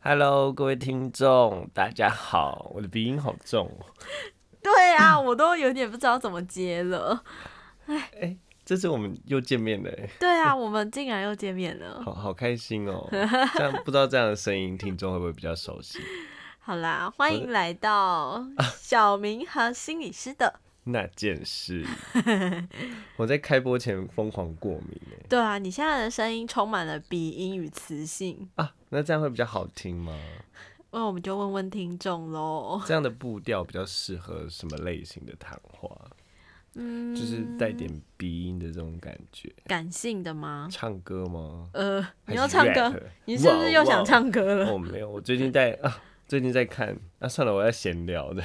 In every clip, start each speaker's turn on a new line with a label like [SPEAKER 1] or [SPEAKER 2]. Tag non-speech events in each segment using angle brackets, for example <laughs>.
[SPEAKER 1] Hello，各位听众，大家好，我的鼻音好重哦。
[SPEAKER 2] <laughs> 对啊，我都有点不知道怎么接了。 <laughs>
[SPEAKER 1] 哎、这次我们又见面了耶，
[SPEAKER 2] 对啊，我们竟然又见面了。
[SPEAKER 1] 好好开心哦。这样不知道这样的声音，听众会不会比较熟悉？ <laughs>
[SPEAKER 2] 好啦，欢迎来到小明和心理师的。
[SPEAKER 1] 那件事，我在开播前疯狂过敏耶
[SPEAKER 2] 对啊，你现在的声音充满了鼻音与磁性，
[SPEAKER 1] 啊，那这样会比较好听吗？
[SPEAKER 2] 那我们就问问听众喽。
[SPEAKER 1] 这样的步调比较适合什么类型的谈话？
[SPEAKER 2] 嗯，
[SPEAKER 1] 就是带点鼻音的这种感觉。
[SPEAKER 2] 感性的吗？
[SPEAKER 1] 唱歌吗？
[SPEAKER 2] 呃，
[SPEAKER 1] 还
[SPEAKER 2] 你要
[SPEAKER 1] 是
[SPEAKER 2] 唱
[SPEAKER 1] rap？
[SPEAKER 2] 歌，你是不是又
[SPEAKER 1] 哇
[SPEAKER 2] 想
[SPEAKER 1] 哇
[SPEAKER 2] 唱歌了？
[SPEAKER 1] 哦，没有，我最近在啊，最近在看啊，算了，我要闲聊的。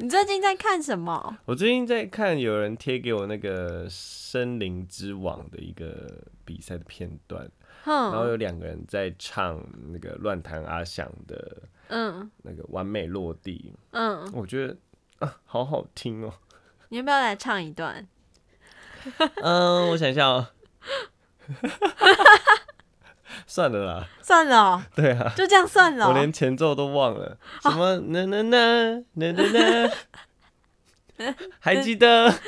[SPEAKER 2] 你最近在看什么？
[SPEAKER 1] 我最近在看有人贴给我那个《森林之王》的一个比赛的片段，然后
[SPEAKER 2] 哼，
[SPEAKER 1] 有两个人在唱那个乱弹阿翔的
[SPEAKER 2] 嗯
[SPEAKER 1] 那个《完美落地
[SPEAKER 2] 嗯》，，
[SPEAKER 1] 我觉得啊，好好听哦。
[SPEAKER 2] 你要不要来唱一段？
[SPEAKER 1] 嗯，我想一下哦， <laughs> 算了啦，
[SPEAKER 2] 算了哦、
[SPEAKER 1] <laughs> 对啊，
[SPEAKER 2] 就这样算了
[SPEAKER 1] 我
[SPEAKER 2] 哦、
[SPEAKER 1] 连前奏都忘了，什么那那那那
[SPEAKER 2] <laughs>
[SPEAKER 1] 那那，还记得？ <laughs>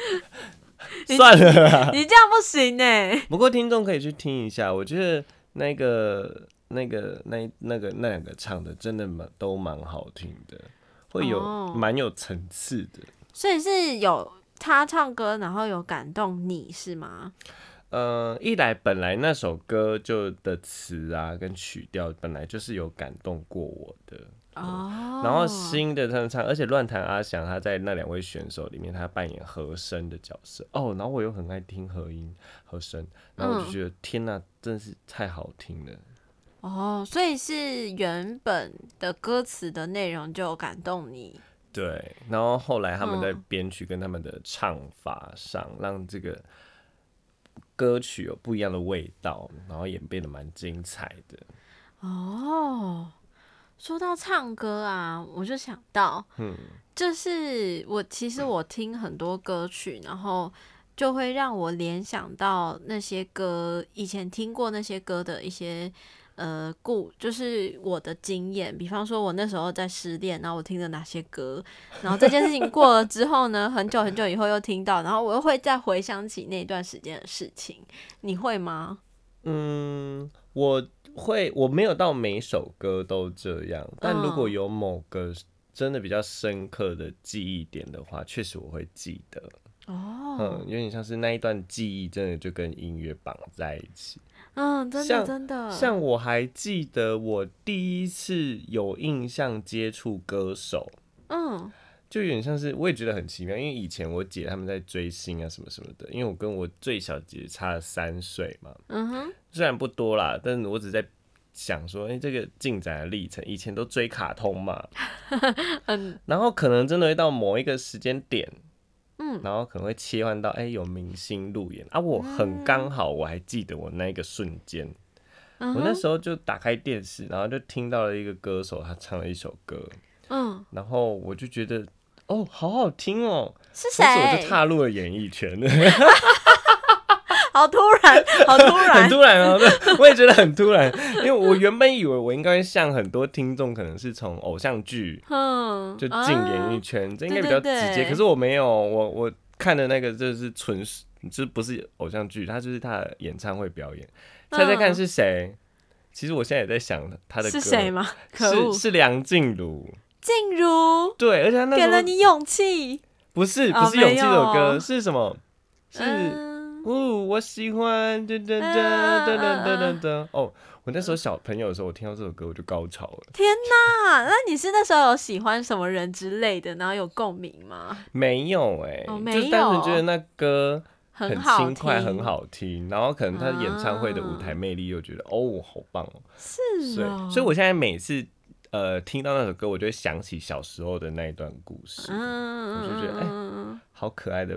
[SPEAKER 1] 算了啦。
[SPEAKER 2] 你这样不行欸呢、
[SPEAKER 1] 不过听众可以去听一下，我觉得那个、那个、那、那个、那两个唱的真的蛮都蛮好听的，会有
[SPEAKER 2] 哦
[SPEAKER 1] 蛮、有层次的。
[SPEAKER 2] 所以是有他唱歌，然后有感动你是吗？
[SPEAKER 1] 呃，一来本来那首歌就的词啊跟曲调本来就是有感动过我的，
[SPEAKER 2] 哦，
[SPEAKER 1] 然后新的他唱，而且乱弹阿翔他在那两位选手里面他扮演和声的角色哦，然后我又很爱听和音和声，然后我就
[SPEAKER 2] 嗯
[SPEAKER 1] 觉得、天呐，真是太好听了。
[SPEAKER 2] 哦，所以是原本的歌词的内容就有感动你，
[SPEAKER 1] 对，然后后来他们在
[SPEAKER 2] 嗯
[SPEAKER 1] 编曲跟他们的唱法上，让这个歌曲有不一样的味道，然后也变得蛮精彩的。
[SPEAKER 2] 哦，说到唱歌啊，我就想到，
[SPEAKER 1] 嗯，
[SPEAKER 2] 就是我其实我听很多歌曲，然后就会让我联想到那些歌以前听过那些歌的一些呃故，就是我的经验。比方说，我那时候在失恋，然后我听了哪些歌，然后这件事情过了之后呢，很久很久以后又听到，然后我又会再回想起那段时间的事情。你会吗？
[SPEAKER 1] 嗯，我会我没有到每首歌都这样，但如果
[SPEAKER 2] 嗯
[SPEAKER 1] 有某个真的比较深刻的记忆点的话，确实我会记得。嗯
[SPEAKER 2] 哦，，
[SPEAKER 1] 有点像是那一段记忆真的就跟音乐绑在一起。
[SPEAKER 2] 嗯，真的
[SPEAKER 1] 像
[SPEAKER 2] 真的，
[SPEAKER 1] 像我还记得我第一次有印象接触歌手，
[SPEAKER 2] 嗯
[SPEAKER 1] 就有点像是我也觉得很奇妙，因为以前我姐他们在追星啊什么什么的，因为我跟我最小姐差了三岁嘛，
[SPEAKER 2] 嗯哼，
[SPEAKER 1] 虽然不多啦，但是我只在想说，哎、这个进展的历程，以前都追卡通嘛，
[SPEAKER 2] <laughs> 嗯
[SPEAKER 1] 然后可能真的会到某一个时间点，
[SPEAKER 2] 嗯
[SPEAKER 1] 然后可能会切换到哎、诶有明星路演啊，我很刚好我还记得我那一个瞬间。
[SPEAKER 2] 嗯
[SPEAKER 1] 我那
[SPEAKER 2] 哼，
[SPEAKER 1] 时候就打开电视，然后就听到了一个歌手他唱了一首歌，
[SPEAKER 2] 嗯，
[SPEAKER 1] 然后我就觉得哦，好好听哦，
[SPEAKER 2] 是
[SPEAKER 1] <laughs> 从
[SPEAKER 2] 谁？
[SPEAKER 1] 此我就踏入了演艺圈， <laughs>
[SPEAKER 2] 好突然，好突
[SPEAKER 1] 很
[SPEAKER 2] 然，
[SPEAKER 1] 突然哦，对 <laughs> 我也觉得很突然，因为我原本以为我应该像很多听众，可能是从偶像剧
[SPEAKER 2] <laughs> 嗯，
[SPEAKER 1] 就进演艺圈，这应该比较
[SPEAKER 2] 对对
[SPEAKER 1] 直接，
[SPEAKER 2] 对
[SPEAKER 1] 可是我没有，我我看的那个就是纯是。就是不是偶像剧，他就是他的演唱会表演。猜猜看
[SPEAKER 2] 嗯
[SPEAKER 1] 是谁？其实我现在也在想他
[SPEAKER 2] 啊
[SPEAKER 1] 的歌
[SPEAKER 2] 是谁吗？可恶
[SPEAKER 1] 是，是梁静茹，
[SPEAKER 2] 静茹
[SPEAKER 1] 对，而且他那
[SPEAKER 2] 给
[SPEAKER 1] 时
[SPEAKER 2] 了
[SPEAKER 1] 候
[SPEAKER 2] 你勇气，
[SPEAKER 1] 不是
[SPEAKER 2] 哦
[SPEAKER 1] 不是勇气这首
[SPEAKER 2] 没
[SPEAKER 1] 歌
[SPEAKER 2] 有
[SPEAKER 1] 是什么？是、
[SPEAKER 2] <laughs> 嗯
[SPEAKER 1] 哦，我喜欢噔噔噔
[SPEAKER 2] 嗯
[SPEAKER 1] 噔噔噔噔
[SPEAKER 2] 嗯
[SPEAKER 1] 噔。哦，我那时候小朋友的时候，我听到这首歌我就高潮了。
[SPEAKER 2] 天哪！那你是那时候有喜欢什么人之类的，然后有共鸣吗？
[SPEAKER 1] 没有哎、
[SPEAKER 2] 哦没
[SPEAKER 1] 就是单纯觉得
[SPEAKER 2] 有
[SPEAKER 1] 那歌很
[SPEAKER 2] 好
[SPEAKER 1] 轻快，很
[SPEAKER 2] 听，
[SPEAKER 1] 好听。然后可能他演唱会的舞台魅力又觉得、哦，好棒哦。
[SPEAKER 2] 是
[SPEAKER 1] 所
[SPEAKER 2] 哦
[SPEAKER 1] 以，所以我现在每次呃听到那首歌，我就会想起小时候的那一段故事，
[SPEAKER 2] 嗯，
[SPEAKER 1] 我就觉得哎
[SPEAKER 2] 嗯
[SPEAKER 1] 好可爱的，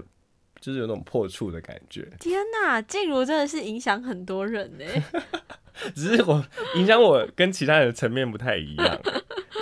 [SPEAKER 1] 就是有那种破处的感觉。
[SPEAKER 2] 天哪，静茹真的是影响很多人
[SPEAKER 1] <laughs>
[SPEAKER 2] 呢。
[SPEAKER 1] 只是我影响我跟其他人的层面不太一样。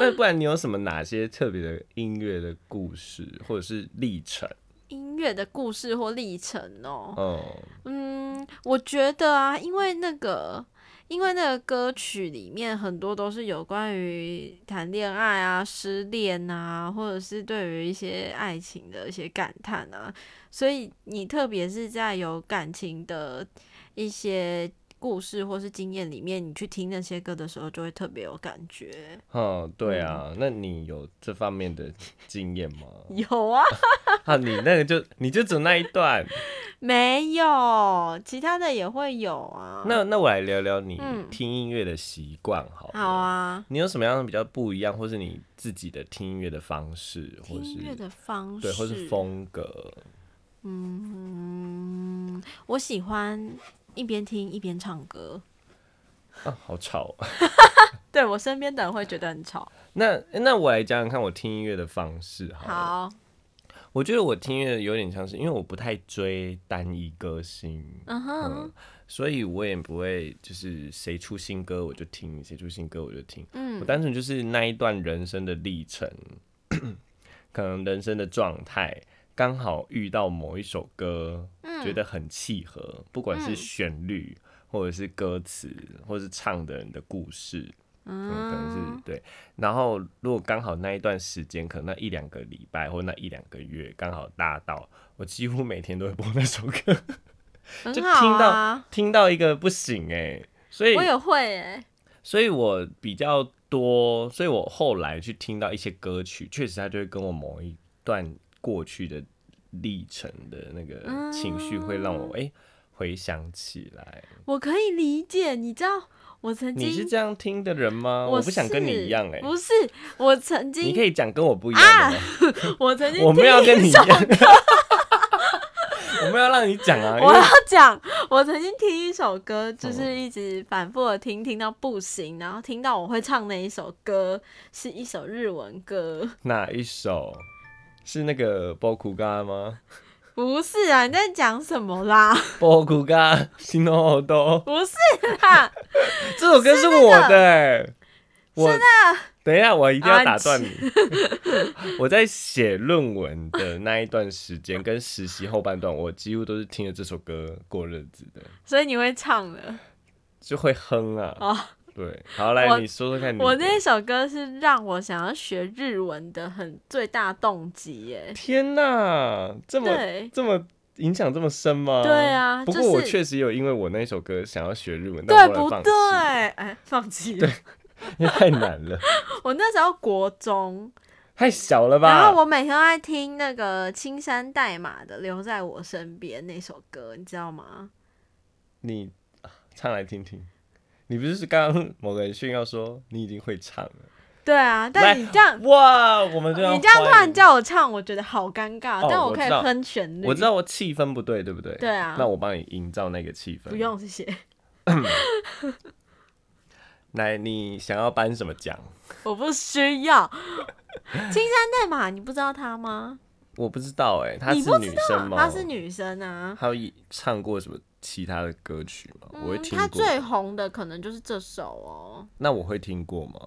[SPEAKER 1] 那不然你有什么哪些特别的音乐的故事或者是历程？
[SPEAKER 2] 音乐的故事或历程哦，
[SPEAKER 1] 哦、
[SPEAKER 2] 嗯嗯，我觉得啊，因为那个，因为那个歌曲里面很多都是有关于谈恋爱啊、失恋啊，或者是对于一些爱情的一些感叹啊，所以你特别是在有感情的一些故事或是经验里面，你去听那些歌的时候，就会特别有感觉。
[SPEAKER 1] 嗯，对啊，那你有这方面的经验吗？ <laughs>
[SPEAKER 2] 有啊， <laughs>
[SPEAKER 1] 啊，你那个就你就走那一段，
[SPEAKER 2] 没有，其他的也会有啊。
[SPEAKER 1] 那那我来聊聊你
[SPEAKER 2] 嗯
[SPEAKER 1] 听音乐的习惯好了
[SPEAKER 2] 好。啊，
[SPEAKER 1] 你有什么样比较不一样，或是你自己的听音乐的方式，
[SPEAKER 2] 听
[SPEAKER 1] 或
[SPEAKER 2] 音乐
[SPEAKER 1] 是
[SPEAKER 2] 的方式，
[SPEAKER 1] 对，或是风格？
[SPEAKER 2] 嗯，我喜欢一边听一边唱歌。
[SPEAKER 1] 啊，好吵。
[SPEAKER 2] 对我身边的人会觉得很吵。
[SPEAKER 1] <laughs> 那那我来讲讲看我听音乐的方式好了。
[SPEAKER 2] 好，
[SPEAKER 1] 我觉得我听音乐有点像是，因为我不太追单一歌星，
[SPEAKER 2] 嗯哼，
[SPEAKER 1] 嗯，所以我也不会就是谁出新歌我就听，谁出新歌我就听。我
[SPEAKER 2] 嗯
[SPEAKER 1] 单纯就是那一段人生的历程，可能人生的状态刚好遇到某一首歌，觉得很契合，不管是
[SPEAKER 2] 嗯
[SPEAKER 1] 旋律。或者是歌词，或是唱的人的故事，嗯，可能
[SPEAKER 2] 嗯
[SPEAKER 1] 是对。然后如果刚好那一段时间，可能那一两个礼拜或那一两个月刚好搭到，我几乎每天都会播那首歌， <laughs>
[SPEAKER 2] 很
[SPEAKER 1] 就
[SPEAKER 2] 好
[SPEAKER 1] 听到
[SPEAKER 2] 啊。
[SPEAKER 1] 听到一个不行哎、所以
[SPEAKER 2] 我也会欸诶、
[SPEAKER 1] 所以我比较多，所以我后来去听到一些歌曲，确实它就会跟我某一段过去的历程的那个
[SPEAKER 2] 嗯
[SPEAKER 1] 情绪，会让我哎、诶回想起来。
[SPEAKER 2] 我可以理解。你知道我曾经
[SPEAKER 1] 你是这样听的人吗？我不想跟你
[SPEAKER 2] 是
[SPEAKER 1] 一样哎、诶
[SPEAKER 2] 不是我曾
[SPEAKER 1] 你
[SPEAKER 2] 经
[SPEAKER 1] 可以讲跟我不一样的吗？
[SPEAKER 2] 我啊曾经
[SPEAKER 1] 我没有要跟你一
[SPEAKER 2] 听一首
[SPEAKER 1] 样， <laughs>
[SPEAKER 2] <laughs>
[SPEAKER 1] 我没有让你讲啊，因
[SPEAKER 2] 我
[SPEAKER 1] 为
[SPEAKER 2] 要讲，我曾经听一首歌，就是一直反复的听，听到不行，然后听到我会唱那一首歌，是一首日文歌，
[SPEAKER 1] 哪一首是那个波库嘎吗？
[SPEAKER 2] 不是啊？你在讲什么啦？
[SPEAKER 1] 波库嘎新诺多。
[SPEAKER 2] 不是啦，
[SPEAKER 1] 这首歌是我的、欸，我等一下，我一定要
[SPEAKER 2] 啊
[SPEAKER 1] 打断你。 <laughs> 我在写论文的那一段时间跟实习后半段，我几乎都是听着这首歌过日子的，
[SPEAKER 2] 所以你会唱的。
[SPEAKER 1] 就会哼啊。
[SPEAKER 2] 哦
[SPEAKER 1] 对，好，来
[SPEAKER 2] 我
[SPEAKER 1] 你说说看你的。
[SPEAKER 2] 我那首歌是让我想要学日文的很最大动机耶。
[SPEAKER 1] 天哪，这么
[SPEAKER 2] 对
[SPEAKER 1] 这么影响这么深吗？
[SPEAKER 2] 对啊
[SPEAKER 1] 不
[SPEAKER 2] 就
[SPEAKER 1] 过我
[SPEAKER 2] 是
[SPEAKER 1] 确实有因为我那首歌想要学日文，
[SPEAKER 2] 对
[SPEAKER 1] 但我
[SPEAKER 2] 不
[SPEAKER 1] 后来放
[SPEAKER 2] 对
[SPEAKER 1] 弃，？
[SPEAKER 2] 哎，放弃了。
[SPEAKER 1] 因为 <laughs> 太难了，
[SPEAKER 2] <laughs> 我那时候国中，
[SPEAKER 1] 太小了吧？
[SPEAKER 2] 然后我每天都在听那个青山代码的《留在我身边》那首歌，你知道吗？
[SPEAKER 1] 你啊唱来听听。你不是刚刚某个人炫耀说你已经会唱了？
[SPEAKER 2] 对啊，但你这样，
[SPEAKER 1] 哇，我们这样
[SPEAKER 2] 你这样突
[SPEAKER 1] 欢
[SPEAKER 2] 然
[SPEAKER 1] 迎，
[SPEAKER 2] 叫我唱，我觉得好尴尬，
[SPEAKER 1] 哦
[SPEAKER 2] 但
[SPEAKER 1] 我
[SPEAKER 2] 可以
[SPEAKER 1] 知道
[SPEAKER 2] 哼旋律。
[SPEAKER 1] 我知，道我气氛不对，对不对？
[SPEAKER 2] 对啊
[SPEAKER 1] 那我帮你营造那个气氛。
[SPEAKER 2] 不。用谢谢， <laughs>
[SPEAKER 1] 来，你想要颁什么奖？
[SPEAKER 2] 我不需要。青山代码，你不知道他吗？
[SPEAKER 1] 我不知道哎、她
[SPEAKER 2] 你
[SPEAKER 1] 是
[SPEAKER 2] 不
[SPEAKER 1] 女生吗？
[SPEAKER 2] 她是。女生啊。
[SPEAKER 1] 她有唱过什么其他的歌曲吗？我会
[SPEAKER 2] 嗯，
[SPEAKER 1] 听
[SPEAKER 2] 他
[SPEAKER 1] 过。
[SPEAKER 2] 最红的可能就是这首哦。
[SPEAKER 1] 那我会听过吗？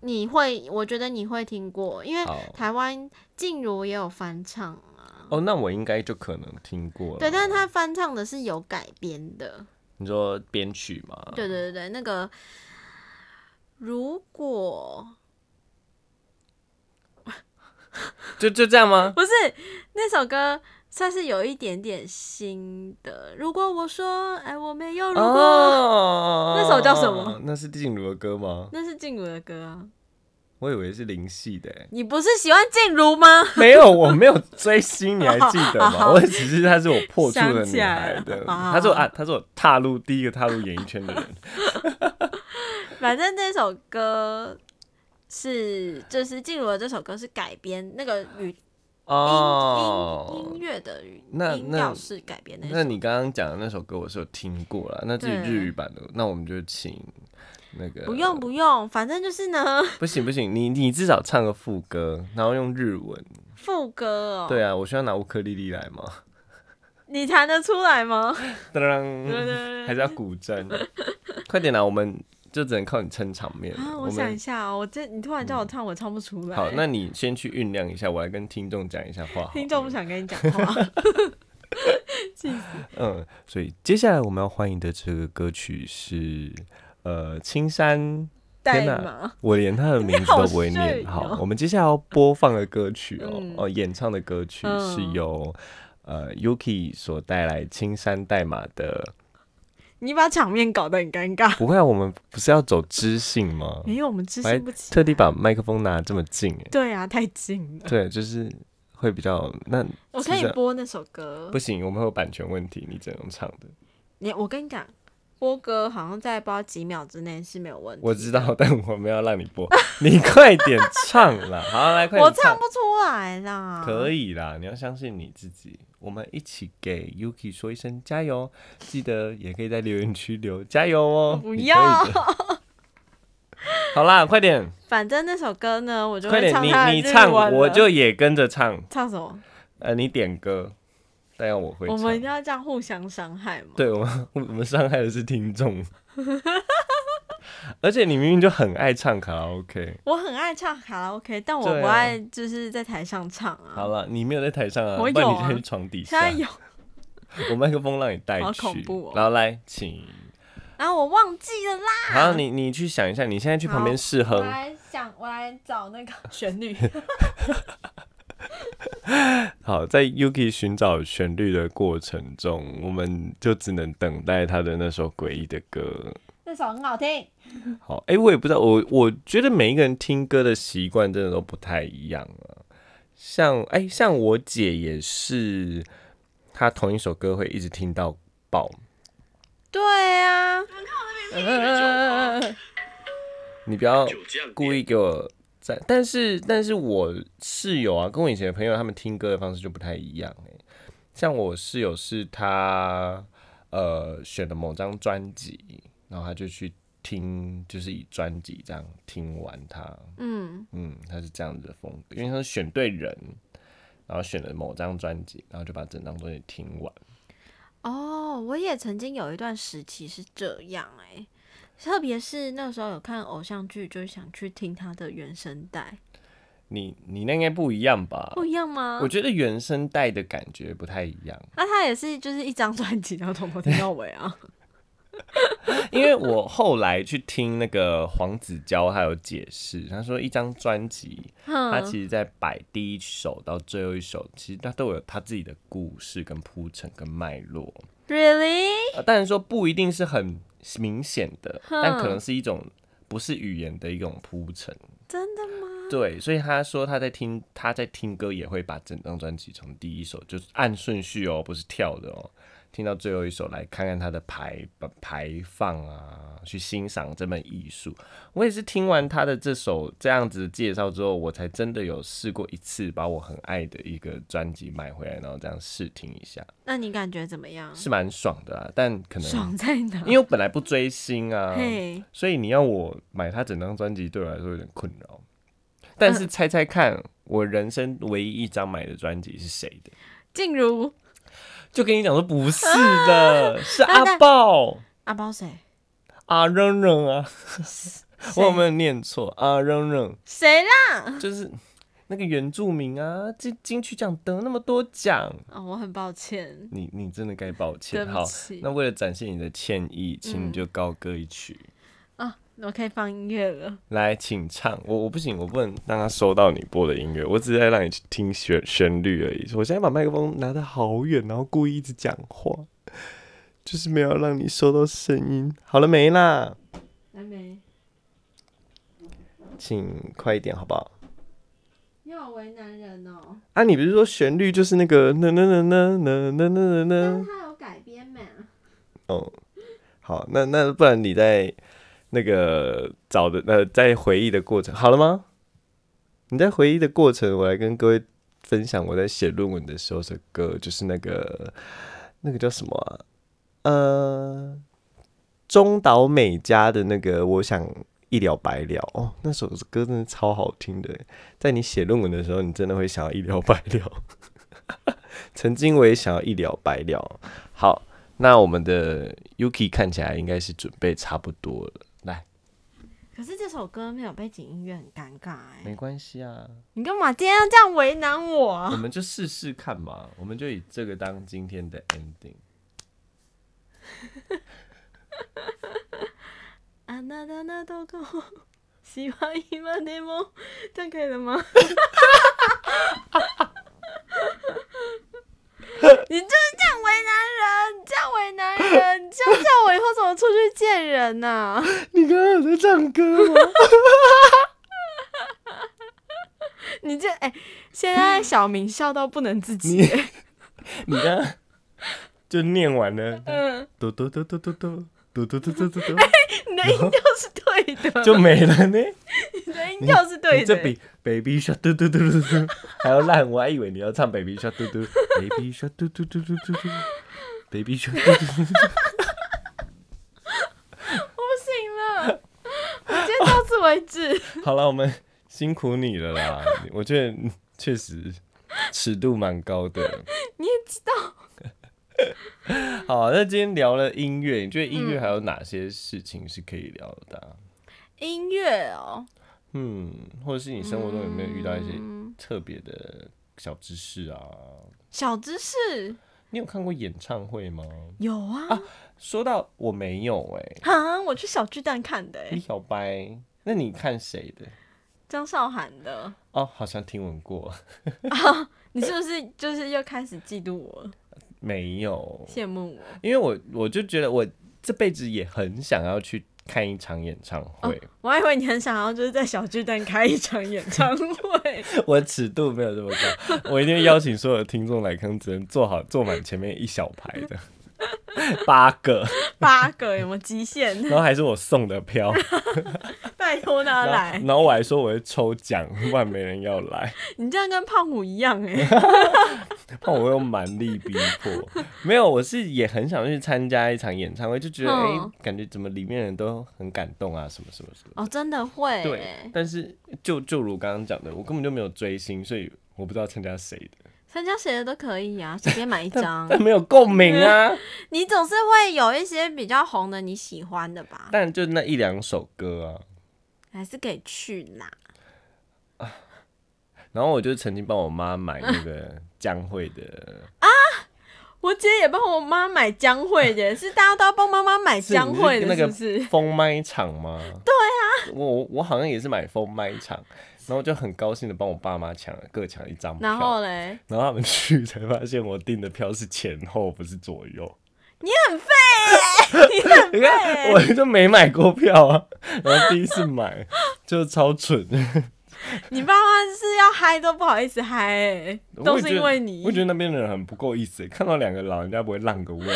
[SPEAKER 2] 你会，我觉得你会听过，因为
[SPEAKER 1] 好
[SPEAKER 2] 台湾静茹也有翻唱啊。
[SPEAKER 1] 哦，那我应该就可能听过了。
[SPEAKER 2] 对，但是他翻唱的是有改编的。
[SPEAKER 1] 你说编曲吗？
[SPEAKER 2] 对对对对，那个如果
[SPEAKER 1] 就就这样吗？
[SPEAKER 2] 不是那首歌，算是有一点点新的。如果我说哎我没有如果，
[SPEAKER 1] 哦
[SPEAKER 2] 那首叫什么？
[SPEAKER 1] 那是静茹的歌吗？
[SPEAKER 2] 那是静茹的歌啊。
[SPEAKER 1] 我以为是林夕的欸、 <laughs>
[SPEAKER 2] 你不是喜欢静茹吗？
[SPEAKER 1] 没有，我没有追星，你还记得
[SPEAKER 2] <laughs> 好
[SPEAKER 1] 吗？我只是她是我破处的
[SPEAKER 2] 想起
[SPEAKER 1] 女
[SPEAKER 2] 来
[SPEAKER 1] 孩
[SPEAKER 2] 了
[SPEAKER 1] 的，
[SPEAKER 2] 好好
[SPEAKER 1] 她是我啊，她是我踏入第一个踏入演艺圈的
[SPEAKER 2] <laughs>
[SPEAKER 1] 人。
[SPEAKER 2] 反正这首歌是就是静茹的这首歌是改编那个语音、音音，乐的语
[SPEAKER 1] 哦那
[SPEAKER 2] 音
[SPEAKER 1] 那
[SPEAKER 2] 调是改编的一首。
[SPEAKER 1] 那你刚刚讲的那首歌我是有听过了，那至于
[SPEAKER 2] 对
[SPEAKER 1] 日语版的，那我们就请那个
[SPEAKER 2] 不用不用，反正就是呢， <laughs>
[SPEAKER 1] 不行不行，你你至少唱个副歌，然后用日文。
[SPEAKER 2] 副歌哦，
[SPEAKER 1] 对啊，我需要拿乌克丽丽来吗？
[SPEAKER 2] 你弹得出
[SPEAKER 1] <laughs>
[SPEAKER 2] 来吗？啊
[SPEAKER 1] 当
[SPEAKER 2] 对
[SPEAKER 1] 当，
[SPEAKER 2] 对
[SPEAKER 1] 还
[SPEAKER 2] 对。
[SPEAKER 1] 是要古筝？快点啦，我们就只能靠你撑场面
[SPEAKER 2] 啊，
[SPEAKER 1] 了。
[SPEAKER 2] 我
[SPEAKER 1] 们。
[SPEAKER 2] 想一下哦，我这你突然叫我唱，我唱不出来。
[SPEAKER 1] 好，那你先去酝酿一下，我来跟听众讲一下话好了。
[SPEAKER 2] <laughs> 听众不想跟你讲
[SPEAKER 1] <laughs>
[SPEAKER 2] 话。
[SPEAKER 1] 嗯，所以接下来我们要欢迎的这个歌曲是呃青山，
[SPEAKER 2] 代
[SPEAKER 1] 天哪
[SPEAKER 2] 码，
[SPEAKER 1] 我连他的名字都不会念。
[SPEAKER 2] 你 <laughs> 好逊哦
[SPEAKER 1] 好，我们接下来要播放的歌曲哦，
[SPEAKER 2] 嗯
[SPEAKER 1] 哦，演唱的歌曲
[SPEAKER 2] 嗯
[SPEAKER 1] 是由呃 Yuki 所带来青山代码的。
[SPEAKER 2] 你把场面搞得很尴尬。
[SPEAKER 1] 不会啊，我们不是要走知性
[SPEAKER 2] <laughs>
[SPEAKER 1] 吗？
[SPEAKER 2] 没有，我们支
[SPEAKER 1] 我还
[SPEAKER 2] 撑不起。
[SPEAKER 1] 特地把麦克风拿这么近，哎，
[SPEAKER 2] 对啊，太近了。
[SPEAKER 1] 对，就是会比较那
[SPEAKER 2] 我可以
[SPEAKER 1] 是的
[SPEAKER 2] 播那首歌
[SPEAKER 1] 不。行，我们会有版权问题，你只能唱的。
[SPEAKER 2] 你，我跟你讲，播歌好像在不知道几秒之内是没有问题。
[SPEAKER 1] 我知道，但我没有让你播， <laughs> 你快点唱啦！好，来，快
[SPEAKER 2] 我
[SPEAKER 1] 点
[SPEAKER 2] 唱不出来啦。
[SPEAKER 1] 可
[SPEAKER 2] 以。
[SPEAKER 1] 以啦，你要相信你自己。我们一起给 Yuki 说一声加油，记得也可以在留言区留加油哦。
[SPEAKER 2] 不
[SPEAKER 1] 你可以
[SPEAKER 2] 要
[SPEAKER 1] 的。 <laughs> 好啦，快点，
[SPEAKER 2] 反正那首歌呢，我就
[SPEAKER 1] 快
[SPEAKER 2] 会
[SPEAKER 1] 点，
[SPEAKER 2] 唱
[SPEAKER 1] 你
[SPEAKER 2] 它的
[SPEAKER 1] 你
[SPEAKER 2] 日文
[SPEAKER 1] 唱，
[SPEAKER 2] 了
[SPEAKER 1] 我就也跟着唱。
[SPEAKER 2] 唱什么？
[SPEAKER 1] 呃，你点歌，但要我会
[SPEAKER 2] 我们
[SPEAKER 1] 唱。
[SPEAKER 2] 一定要这样互相伤害吗？
[SPEAKER 1] 对我们，我们伤害的是听众。 <laughs> 而且你明明就很爱唱卡拉 OK。
[SPEAKER 2] 我很爱唱卡拉 OK，但我
[SPEAKER 1] 对啊
[SPEAKER 2] 不爱就是在台上唱啊。
[SPEAKER 1] 好了，你没有在台上啊，
[SPEAKER 2] 我
[SPEAKER 1] 不然
[SPEAKER 2] 有
[SPEAKER 1] 你
[SPEAKER 2] 啊
[SPEAKER 1] 在床底
[SPEAKER 2] 现
[SPEAKER 1] 下
[SPEAKER 2] 在。有，
[SPEAKER 1] <laughs> 我麦克风让你带去，
[SPEAKER 2] 好恐怖哦
[SPEAKER 1] 然后来，请，
[SPEAKER 2] 然后我忘记了啦。
[SPEAKER 1] 然后你你去想一下，你现在去旁边试
[SPEAKER 2] 我
[SPEAKER 1] 哼，
[SPEAKER 2] 来想，我来找那
[SPEAKER 1] <laughs>
[SPEAKER 2] 个旋律。
[SPEAKER 1] 好，在 Yuki 寻找旋律的过程中，我们就只能等待他的那首诡异的歌。
[SPEAKER 2] 那首很好听，
[SPEAKER 1] 好，哎、我也不知道，我我觉得每一个人听歌的习惯真的都不太一样啊。像哎、像我姐也是，她同一首歌会一直听到爆。
[SPEAKER 2] 对啊，呃
[SPEAKER 1] 你不要故意给我赞，但是但是我室友啊，跟我以前的朋友，他们听歌的方式就不太一样哎、像我室友是他呃选的某张专辑，然后他就去听，就是以专辑这样听完它，
[SPEAKER 2] 嗯，
[SPEAKER 1] 嗯，他是这样子的风格，因为他是选对人，然后选了某张专辑，然后就把整张专辑听完。
[SPEAKER 2] 哦，我也曾经有一段时期是这样哎、特别是那时候有看偶像剧，就是想去听他的原声带，
[SPEAKER 1] 你你那应该不一样吧？
[SPEAKER 2] 不一样啊吗
[SPEAKER 1] 我？觉得原声带的感觉不太一样。
[SPEAKER 2] 那、他也是就是一张专辑，然后从头听到尾啊。
[SPEAKER 1] 因为我后来去听那个黄子佼，他有解释，他说一张专辑， <laughs> 他
[SPEAKER 2] 嗯，
[SPEAKER 1] 其实在摆第一首到最后一首，其实他都有他自己的故事、跟铺陈、跟脉络。
[SPEAKER 2] Really？
[SPEAKER 1] 呃，当然说不一定是很明显的，
[SPEAKER 2] 哼
[SPEAKER 1] 但可能是一种不是语言的一种铺陈。
[SPEAKER 2] 真的吗？
[SPEAKER 1] 对，所以他说他在听他在听歌也会把整张专辑从第一首就是按顺序哦，不是跳的哦，听到最后一首来看看他的排排放啊，去欣赏这门艺术。我也是听完他的这首这样子的介绍之后，我才真的有试过一次把我很爱的一个专辑买回来，然后这样试听一下，
[SPEAKER 2] 那你感觉怎么样？
[SPEAKER 1] 是蛮爽的啦。但可能
[SPEAKER 2] 嗯爽在哪
[SPEAKER 1] 因？为我本来不追星啊，
[SPEAKER 2] 嘿，
[SPEAKER 1] 所以你要我买他整张专辑，对我来说有点困扰。但是猜猜看，我人生唯一一张买的专辑是谁的？
[SPEAKER 2] 静茹，
[SPEAKER 1] <laughs> 就跟你讲说不是的，是
[SPEAKER 2] 那那
[SPEAKER 1] 阿豹、
[SPEAKER 2] 阿包谁？
[SPEAKER 1] 阿扔扔啊，我有没
[SPEAKER 2] 谁
[SPEAKER 1] 有念错？阿扔扔
[SPEAKER 2] 谁啦？
[SPEAKER 1] 就是那个原住民啊，金金曲奖得那么多奖，
[SPEAKER 2] 啊、我很抱歉，
[SPEAKER 1] 你你真的该抱
[SPEAKER 2] 对
[SPEAKER 1] 歉。
[SPEAKER 2] 不
[SPEAKER 1] 好，
[SPEAKER 2] 起。
[SPEAKER 1] 那为了展现你的歉意，请你就高歌一曲。
[SPEAKER 2] 啊，我可以放音乐了。
[SPEAKER 1] 来，请唱。我我不行，我不能让他收到你播的音乐，我只是在让你去听旋旋律而已。我现在把麦克风拿得好远，然后故意一直讲话，就是没有让你收到声音。好了没啦？
[SPEAKER 2] 还没，
[SPEAKER 1] 请快一点好不好？
[SPEAKER 2] 你好为难人哦。
[SPEAKER 1] 啊，你不是说旋律就是那个呢呢呢呢呢呢呢呢呢？
[SPEAKER 2] 他有改编嘛？
[SPEAKER 1] 哦，好，那那不然你在那个找的呃，在回忆的过程，好了吗？你在回忆的过程，我来跟各位分享我在写论文的时候的歌，就是那个那个叫什么啊？呃，中岛美嘉的那个，我想一了百了哦，那首歌真的超好听的，在你写论文的时候，你真的会想要一了百了。 <laughs> 曾经我也想要一了百了。好，那我们的 Yuki 看起来应该是准备差不多了，来，
[SPEAKER 2] 可是这首歌没有背景音乐，很尴尬哎、
[SPEAKER 1] 没关系啊，
[SPEAKER 2] 你干嘛今天要这样为难我啊？
[SPEAKER 1] 我们就试试看嘛，我们就以这个当今天的 ending。
[SPEAKER 2] 啊那那那都够，喜欢一万联盟，这样可以了吗？ <laughs> 你就是这样为难人，这样为难人，这样这样我以后怎么出去见人啊呢、
[SPEAKER 1] 你刚刚有在唱歌吗？
[SPEAKER 2] 你这哎、现在小明笑到不能自己
[SPEAKER 1] <laughs> 你，你刚刚就念完了，
[SPEAKER 2] 嗯，
[SPEAKER 1] 嘟嘟嘟嘟嘟嘟嘟嘟嘟嘟嘟 <laughs> 嘟，
[SPEAKER 2] 你的音调是对的，
[SPEAKER 1] 就没了呢。
[SPEAKER 2] 你的音调是对
[SPEAKER 1] 你这
[SPEAKER 2] 的，
[SPEAKER 1] 比 Baby Shark 嘟嘟嘟嘟嘟还要烂，我还以为你要唱 Baby Shark 嘟嘟 Baby Shark 嘟嘟嘟嘟嘟嘟 Baby Shark 嘟嘟嘟嘟嘟。
[SPEAKER 2] 我不行了，我今天到此为止。
[SPEAKER 1] <laughs> 好了，我们辛苦你了啦， <laughs> 我觉得确实尺度蛮高的。
[SPEAKER 2] <laughs> 你也知道，
[SPEAKER 1] <laughs> 好，那今天聊了音乐，你觉得音
[SPEAKER 2] 嗯
[SPEAKER 1] 乐还有哪些事情是可以聊的啊、
[SPEAKER 2] 音乐
[SPEAKER 1] <laughs>
[SPEAKER 2] 哦，
[SPEAKER 1] 嗯，或者是你生活中有没有遇到一些
[SPEAKER 2] 嗯
[SPEAKER 1] 特别的小知识啊？
[SPEAKER 2] 小知识
[SPEAKER 1] 你有看过演唱会吗？
[SPEAKER 2] 有啊，
[SPEAKER 1] 说到我没有哎、
[SPEAKER 2] 哈，我去小巨蛋看的、
[SPEAKER 1] 你
[SPEAKER 2] 欸，
[SPEAKER 1] 小白，那你看谁的？
[SPEAKER 2] 张韶涵的，
[SPEAKER 1] 哦，好像听闻过，
[SPEAKER 2] 你是不是就是又开始嫉妒我，
[SPEAKER 1] 没有，
[SPEAKER 2] 羡慕我？
[SPEAKER 1] 因为我我就觉得我这辈子也很想要去看一场演唱会，
[SPEAKER 2] 我还以为你很想要就是在小巨蛋开一场演
[SPEAKER 1] <laughs>
[SPEAKER 2] 唱会，
[SPEAKER 1] <laughs> 我的尺度没有这么高，我一定会邀请所有的听众来看，只能坐好坐满前面一小排的八个，
[SPEAKER 2] 八个有没有极限？
[SPEAKER 1] <laughs> 然后还是我送的票，
[SPEAKER 2] 拜托他
[SPEAKER 1] 然后
[SPEAKER 2] 来，
[SPEAKER 1] 然后我还说我会抽奖，不然没人要来，
[SPEAKER 2] 你这样跟胖虎一样哎、
[SPEAKER 1] <laughs> 怕我又蛮力逼迫，没有，我是也很想去参加一场演唱会，就觉得哎、
[SPEAKER 2] 嗯
[SPEAKER 1] 感觉怎么里面人都很感动啊，什么什么什么。
[SPEAKER 2] 哦，真的会、
[SPEAKER 1] 对
[SPEAKER 2] 欸，，
[SPEAKER 1] 但是就就如刚刚讲的，我根本就没有追星，所以我不知道参加谁的，
[SPEAKER 2] 参加谁的都可以啊，随便买一
[SPEAKER 1] <laughs>
[SPEAKER 2] 张。
[SPEAKER 1] 但没有共鸣啊。
[SPEAKER 2] 你总是会有一些比较红的你喜欢的吧，
[SPEAKER 1] 但就那一两首歌啊，
[SPEAKER 2] 还是可以去啦。
[SPEAKER 1] 然后我就曾经帮我妈买那个江蕙的，
[SPEAKER 2] 我姐也帮我妈买江蕙 <laughs> 的，是大家都要帮妈妈买江蕙的，
[SPEAKER 1] 那
[SPEAKER 2] 是
[SPEAKER 1] 个
[SPEAKER 2] 不是？
[SPEAKER 1] 封麦场吗？对啊， <laughs> 我我好像也是买封麦场，然后就很高兴的帮我爸妈抢了各抢一张票，
[SPEAKER 2] 然后嘞，
[SPEAKER 1] 然后他们去才发现我订的票是前后不是左右，
[SPEAKER 2] 你很废欸、你很
[SPEAKER 1] <laughs> 你
[SPEAKER 2] 废
[SPEAKER 1] 看
[SPEAKER 2] 欸、
[SPEAKER 1] <laughs> 我就没买过票啊，然后第一次买就超蠢。
[SPEAKER 2] 你爸妈是要嗨都不好意思嗨、欸，都
[SPEAKER 1] 我也
[SPEAKER 2] 是
[SPEAKER 1] 觉
[SPEAKER 2] 因
[SPEAKER 1] 得
[SPEAKER 2] 为你
[SPEAKER 1] 我，觉得那边的人很不够意思，看到两个老人家不会让
[SPEAKER 2] <laughs>
[SPEAKER 1] 个位，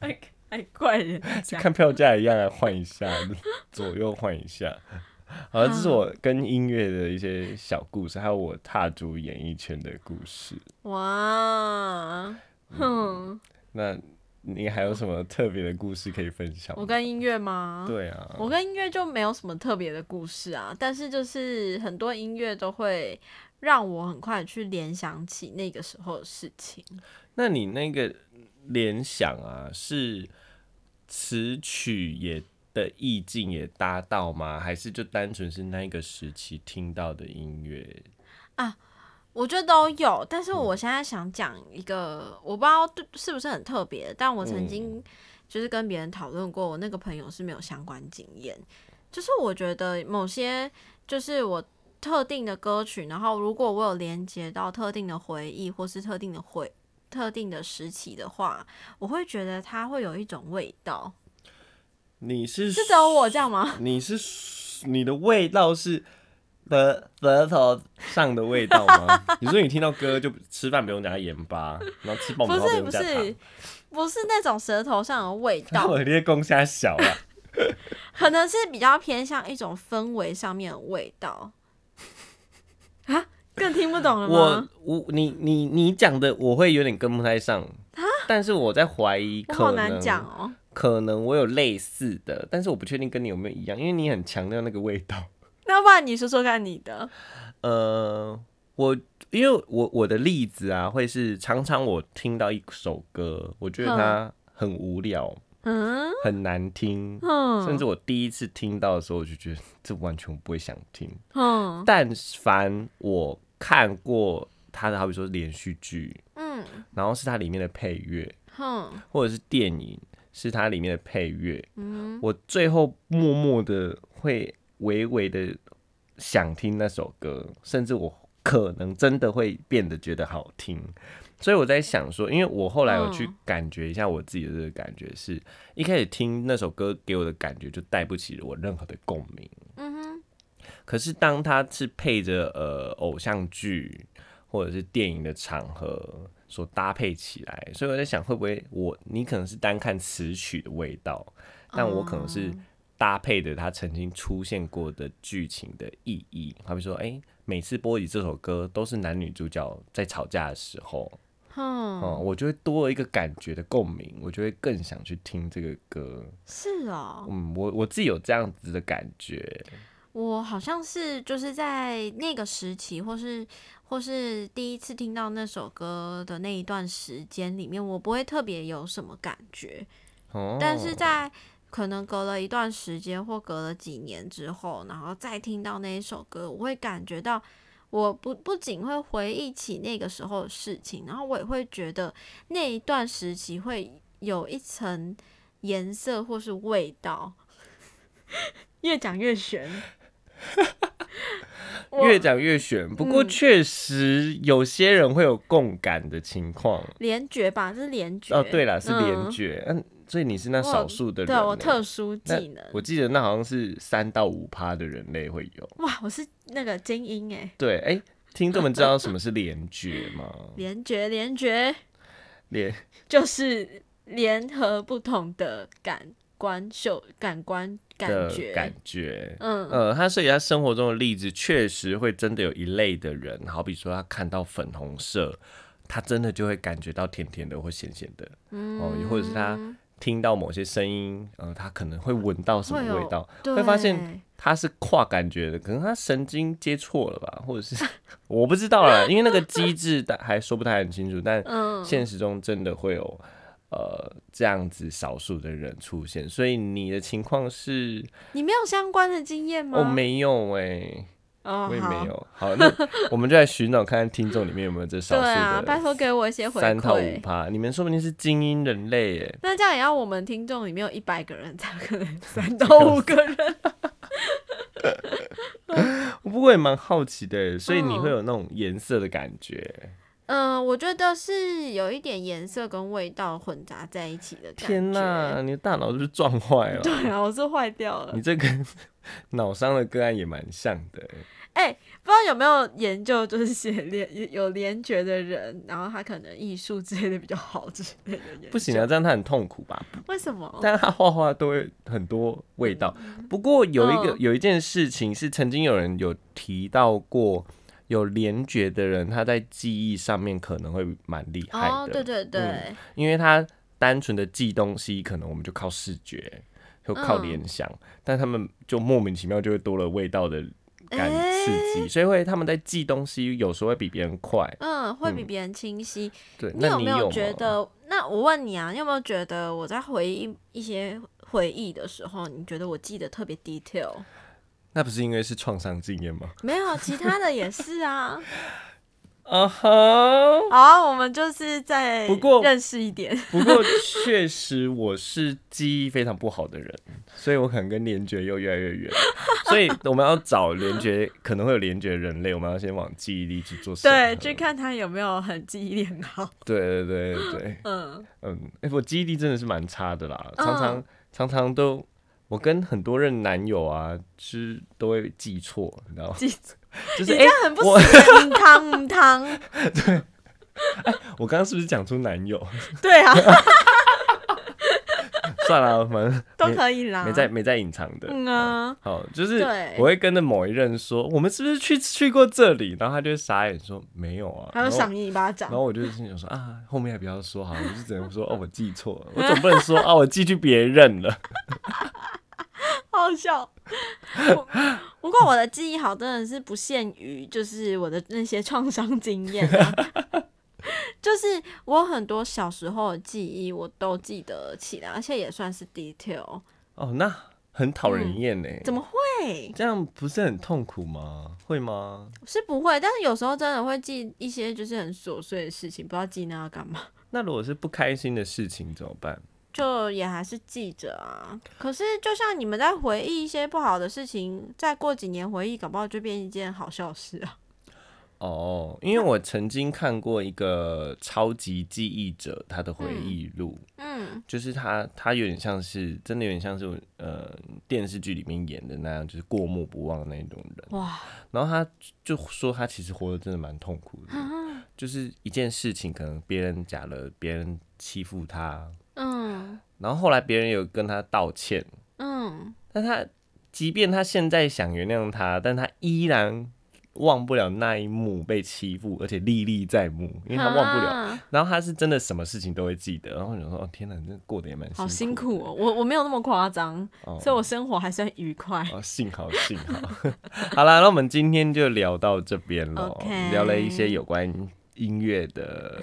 [SPEAKER 2] 还还哎怪人家。
[SPEAKER 1] 看票价一样来换一下， <laughs> 左右换一下。好了，这是我跟音乐的一些小故事，还有我踏足演艺圈的故事。
[SPEAKER 2] 哇，
[SPEAKER 1] 嗯
[SPEAKER 2] 哼，
[SPEAKER 1] 那你还有什么特别的故事可以分享吗？
[SPEAKER 2] 我跟音乐吗？
[SPEAKER 1] 对啊，
[SPEAKER 2] 我跟音乐就没有什么特别的故事啊，但是就是很多音乐都会让我很快去联想起那个时候的事情。
[SPEAKER 1] 那你那个联想啊，是词曲也的意境也搭到吗？还是就单纯是那个时期听到的音乐？
[SPEAKER 2] 我觉得都有，但是我现在想讲一个，我不知道对是不是很特别，但我曾经就是跟别人讨论过，我那个朋友是没有相关经验。就是我觉得某些就是我特定的歌曲，然后如果我有连接到特定的回忆或是特定的回特定的时期的话，我会觉得它会有一种味道。
[SPEAKER 1] 你是
[SPEAKER 2] 是只有我这样吗？
[SPEAKER 1] 你是你的味道是舌舌头上的味道吗？ <laughs> 你说你听到歌就吃饭不用加盐巴，然后吃爆
[SPEAKER 2] <laughs> 不
[SPEAKER 1] 米花
[SPEAKER 2] 是
[SPEAKER 1] 哦用
[SPEAKER 2] 不
[SPEAKER 1] 加糖
[SPEAKER 2] 是。
[SPEAKER 1] <laughs>
[SPEAKER 2] 不是那种舌头上的味道，
[SPEAKER 1] 我咧公虾小啊，
[SPEAKER 2] 可能是比较偏向一种氛围上面的味道啊，更听不懂了
[SPEAKER 1] 我
[SPEAKER 2] 吗？
[SPEAKER 1] 我你你你讲的我会有点跟不太上，但是我在怀疑
[SPEAKER 2] 啊我
[SPEAKER 1] 可
[SPEAKER 2] 好难讲
[SPEAKER 1] 能
[SPEAKER 2] 哦。
[SPEAKER 1] 可能我有类似的，但是我不确定跟你有没有一样，因为你很强调那个味道。
[SPEAKER 2] 那不然你说说看你的
[SPEAKER 1] 呃，我因为我我的例子啊，会是常常我听到一首歌，我觉得它很无聊，
[SPEAKER 2] 嗯
[SPEAKER 1] 很难听，甚
[SPEAKER 2] 嗯
[SPEAKER 1] 至我第一次听到的时候，我就觉得这完全不会想听。
[SPEAKER 2] 嗯
[SPEAKER 1] 但凡我看过它的，好比说连续剧，
[SPEAKER 2] 嗯
[SPEAKER 1] 然后是它里面的配乐，
[SPEAKER 2] 哼
[SPEAKER 1] 或者是电影，是它里面的配乐，
[SPEAKER 2] 嗯，
[SPEAKER 1] 我最后默默的会微微的想听那首歌，甚至我可能真的会变得觉得好听。所以我在想说，因为我后来我去
[SPEAKER 2] 嗯
[SPEAKER 1] 感觉一下我自己的这个感觉是，一开始听那首歌给我的感觉就带不起我任何的共鸣。
[SPEAKER 2] 嗯哼，
[SPEAKER 1] 可是当它是配着呃偶像剧或者是电影的场合所搭配起来，所以我在想会不会我你可能是单看词曲的味道，但我可能是
[SPEAKER 2] 啊
[SPEAKER 1] 搭配着它曾经出现过的剧情的意义，好比说，哎、每次播起这首歌都是男女主角在吵架的时候，
[SPEAKER 2] 哼，
[SPEAKER 1] 嗯，我就会多了一个感觉的共鸣，我就会更想去听这个歌。
[SPEAKER 2] 是哦，
[SPEAKER 1] 嗯，我我自己有这样子的感觉，
[SPEAKER 2] 我好像是就是在那个时期，或是或是第一次听到那首歌的那一段时间里面，我不会特别有什么感觉，
[SPEAKER 1] 哦，
[SPEAKER 2] 但是在可能隔了一段时间或隔了几年之后，然后再听到那一首歌，我会感觉到。我不不仅会回忆起那个时候的事情，然后我也会觉得那一段时期会有一层颜色或是味道。 <laughs> 越讲越悬，我
[SPEAKER 1] 越讲越悬。不
[SPEAKER 2] 嗯
[SPEAKER 1] 过确实有些人会有共感的情况。
[SPEAKER 2] 联觉吧，这是联觉。
[SPEAKER 1] 哦，对了，是联
[SPEAKER 2] 嗯
[SPEAKER 1] 觉，嗯，所以你是那
[SPEAKER 2] 我有
[SPEAKER 1] 少数的人
[SPEAKER 2] 对啊
[SPEAKER 1] 欸。
[SPEAKER 2] 我特殊
[SPEAKER 1] 那
[SPEAKER 2] 技能，
[SPEAKER 1] 我记得那好像是三到五趴的人类会有。
[SPEAKER 2] 哇，我是那个精英哎，
[SPEAKER 1] 对，哎、听众们知道什么是联觉吗？
[SPEAKER 2] <laughs> 联觉联觉
[SPEAKER 1] 联
[SPEAKER 2] 就是联合不同的感官嗅感官感
[SPEAKER 1] 的
[SPEAKER 2] 觉，
[SPEAKER 1] 感觉。
[SPEAKER 2] 嗯
[SPEAKER 1] 呃，他所以他生活中的例子确实会真的有一类的人，好比说他看到粉红色，他真的就会感觉到甜甜的或咸咸的，哦，或者是他
[SPEAKER 2] 嗯
[SPEAKER 1] 听到某些声音，呃，他可能会闻到什么
[SPEAKER 2] 会有哦
[SPEAKER 1] 味道，
[SPEAKER 2] 对
[SPEAKER 1] 会发现他是跨感觉的，可能他神经接错了吧，或 <laughs> 者是我不知道啦，因为那个机制但还说不太很清楚，但
[SPEAKER 2] 嗯
[SPEAKER 1] 现实中真的会有呃这样子少数的人出现，所以你的情况是
[SPEAKER 2] 你没有相关的经验吗？
[SPEAKER 1] 哦没有哎、
[SPEAKER 2] 哦，
[SPEAKER 1] 我也没
[SPEAKER 2] 好。
[SPEAKER 1] 有。好，那我们就来寻找看看听众里面有没有这少
[SPEAKER 2] 对
[SPEAKER 1] 数
[SPEAKER 2] 啊，拜
[SPEAKER 1] 的
[SPEAKER 2] 托给我一些回
[SPEAKER 1] 三到五
[SPEAKER 2] 馈。
[SPEAKER 1] 趴，你们说不定是精英人类耶。
[SPEAKER 2] 那这样也要我们听众里面有一百个人才可能三到五
[SPEAKER 1] <laughs>
[SPEAKER 2] 个人。
[SPEAKER 1] 不过也蛮好奇的耶，所以你
[SPEAKER 2] 嗯
[SPEAKER 1] 会有那种颜色的感觉。
[SPEAKER 2] 嗯，我觉得是有一点颜色跟味道混杂在一起的感觉。
[SPEAKER 1] 天哪，你的大脑是不是撞坏了？
[SPEAKER 2] 对啊，我是坏掉了
[SPEAKER 1] 你。这个 <laughs> 脑伤的个案也蛮像的欸，
[SPEAKER 2] 哎、不知道有没有研究，就是写联有联觉的人，然后他可能艺术之类的比较好之类的研究。
[SPEAKER 1] 不行啊，这样他很痛苦吧？
[SPEAKER 2] 为什么？
[SPEAKER 1] 但他画画都会很多味道。
[SPEAKER 2] 嗯
[SPEAKER 1] 不过有一个有一件事情是曾经有人有提到过，有联觉的人他在记忆上面可能会蛮厉害
[SPEAKER 2] 哦，对
[SPEAKER 1] 的，
[SPEAKER 2] 对对，
[SPEAKER 1] 嗯因为他单纯的记东西，可能我们就靠视觉，就靠
[SPEAKER 2] 嗯
[SPEAKER 1] 联想，但他们就莫名其妙就会多了味道的感
[SPEAKER 2] 哎
[SPEAKER 1] 刺激，所以会他们在记东西有时候会比别人快。
[SPEAKER 2] 嗯，会比
[SPEAKER 1] 嗯
[SPEAKER 2] 别人清晰。
[SPEAKER 1] 对，
[SPEAKER 2] 你
[SPEAKER 1] 那
[SPEAKER 2] 有
[SPEAKER 1] 你
[SPEAKER 2] 没有
[SPEAKER 1] 吗
[SPEAKER 2] 觉得？那我问你啊，你有没有觉得我在回忆一些回忆的时候，你觉得我记得特别 detail？
[SPEAKER 1] 那不是因为是创伤经验吗？
[SPEAKER 2] 没有，其他的也是
[SPEAKER 1] <laughs>
[SPEAKER 2] 啊。
[SPEAKER 1] 啊哈！
[SPEAKER 2] 好啊，我们就是在
[SPEAKER 1] 不过啊
[SPEAKER 2] 认识一点。
[SPEAKER 1] 不过确实我是记忆非常不好的人，所以我可能跟联觉又越来越远。所以我们要找联觉，可能会有联觉人类，我们要先往记忆力去做审核
[SPEAKER 2] 对，去看他有没有很记忆力很好。
[SPEAKER 1] 对对对对，
[SPEAKER 2] 嗯，
[SPEAKER 1] 嗯，哎、我记忆力真的是蛮差的啦，
[SPEAKER 2] 嗯
[SPEAKER 1] 常常、常常都。我跟很多任男友啊，是都会记错，你知道吗？
[SPEAKER 2] 记错
[SPEAKER 1] <laughs> 就是
[SPEAKER 2] 你
[SPEAKER 1] 哎、
[SPEAKER 2] 这样很不
[SPEAKER 1] 我
[SPEAKER 2] 行， <laughs> 汤嗯汤，
[SPEAKER 1] 欸我刚刚是不是讲出男友？ <laughs>
[SPEAKER 2] <laughs> 对啊，
[SPEAKER 1] 算了，反正
[SPEAKER 2] 都
[SPEAKER 1] 没
[SPEAKER 2] 可以啦。
[SPEAKER 1] 没在没在隐藏的。
[SPEAKER 2] 嗯啊，
[SPEAKER 1] 好，就是
[SPEAKER 2] 对
[SPEAKER 1] 我会跟着某一任说，我们是不是去去过这里？然后他就会傻眼说没有啊。
[SPEAKER 2] 还有
[SPEAKER 1] 然后
[SPEAKER 2] 赏你一巴掌
[SPEAKER 1] 然。后我就心想说啊，后面还不要说好，我就只能说哦，我记错了，我总不能
[SPEAKER 2] <laughs>
[SPEAKER 1] 说啊，我记去别人了。
[SPEAKER 2] 好笑。我不过我的记忆好真的是不限于就是我的那些创伤经验啊、
[SPEAKER 1] <laughs>
[SPEAKER 2] 就是我很多小时候的记忆我都记得起来，而且也算是 detail。
[SPEAKER 1] 哦，那很讨人厌呢、
[SPEAKER 2] 嗯怎么会？
[SPEAKER 1] 这样不是很痛苦吗？会吗？
[SPEAKER 2] 是不会，但是有时候真的会记一些就是很琐碎的事情，不知道记那要干嘛。
[SPEAKER 1] 那如果是不开心的事情怎么办？
[SPEAKER 2] 就也还是记着啊。可是就像你们在回忆一些不好的事情，再过几年回忆，搞不好就变一件好笑事啊。
[SPEAKER 1] 哦，因为我曾经看过一个超级记忆者他的回忆录，
[SPEAKER 2] 嗯
[SPEAKER 1] 就是他他有点像是真的有点像是呃电视剧里面演的那样，就是过目不忘的那种人。
[SPEAKER 2] 哇，
[SPEAKER 1] 然后他就说他其实活得真的蛮痛苦的，
[SPEAKER 2] 啊
[SPEAKER 1] 就是一件事情可能别人假了，别人欺负他，
[SPEAKER 2] 嗯
[SPEAKER 1] 然后后来别人有跟他道歉，
[SPEAKER 2] 嗯，
[SPEAKER 1] 但他即便他现在想原谅他，但他依然忘不了那一幕被欺负，而且历历在目，因为他忘不了。
[SPEAKER 2] 啊
[SPEAKER 1] 然后他是真的什么事情都会记得，然后我想说，哦天哪，你这过得也蛮
[SPEAKER 2] 好辛
[SPEAKER 1] 辛
[SPEAKER 2] 苦
[SPEAKER 1] 的
[SPEAKER 2] 哦，我我没有那么夸张，
[SPEAKER 1] 哦
[SPEAKER 2] 所以我生活还算愉快。
[SPEAKER 1] 哦，幸好幸好，
[SPEAKER 2] <laughs>
[SPEAKER 1] 好啦，那我们今天就聊到这边了
[SPEAKER 2] OK
[SPEAKER 1] 聊了一些有关音乐的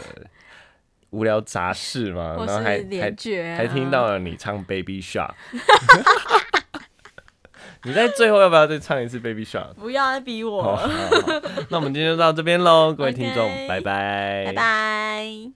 [SPEAKER 1] 无聊杂事嘛，
[SPEAKER 2] 我
[SPEAKER 1] 然后还
[SPEAKER 2] 是
[SPEAKER 1] 还
[SPEAKER 2] 联觉、啊，
[SPEAKER 1] 还听到了你唱 Baby Shark，你在最后要不要再唱一次 Baby Shark？
[SPEAKER 2] 不要再逼我
[SPEAKER 1] 好，
[SPEAKER 2] 了，
[SPEAKER 1] 好好那我们今天就到这边喽，各位听众
[SPEAKER 2] OK
[SPEAKER 1] 拜拜，
[SPEAKER 2] 拜拜。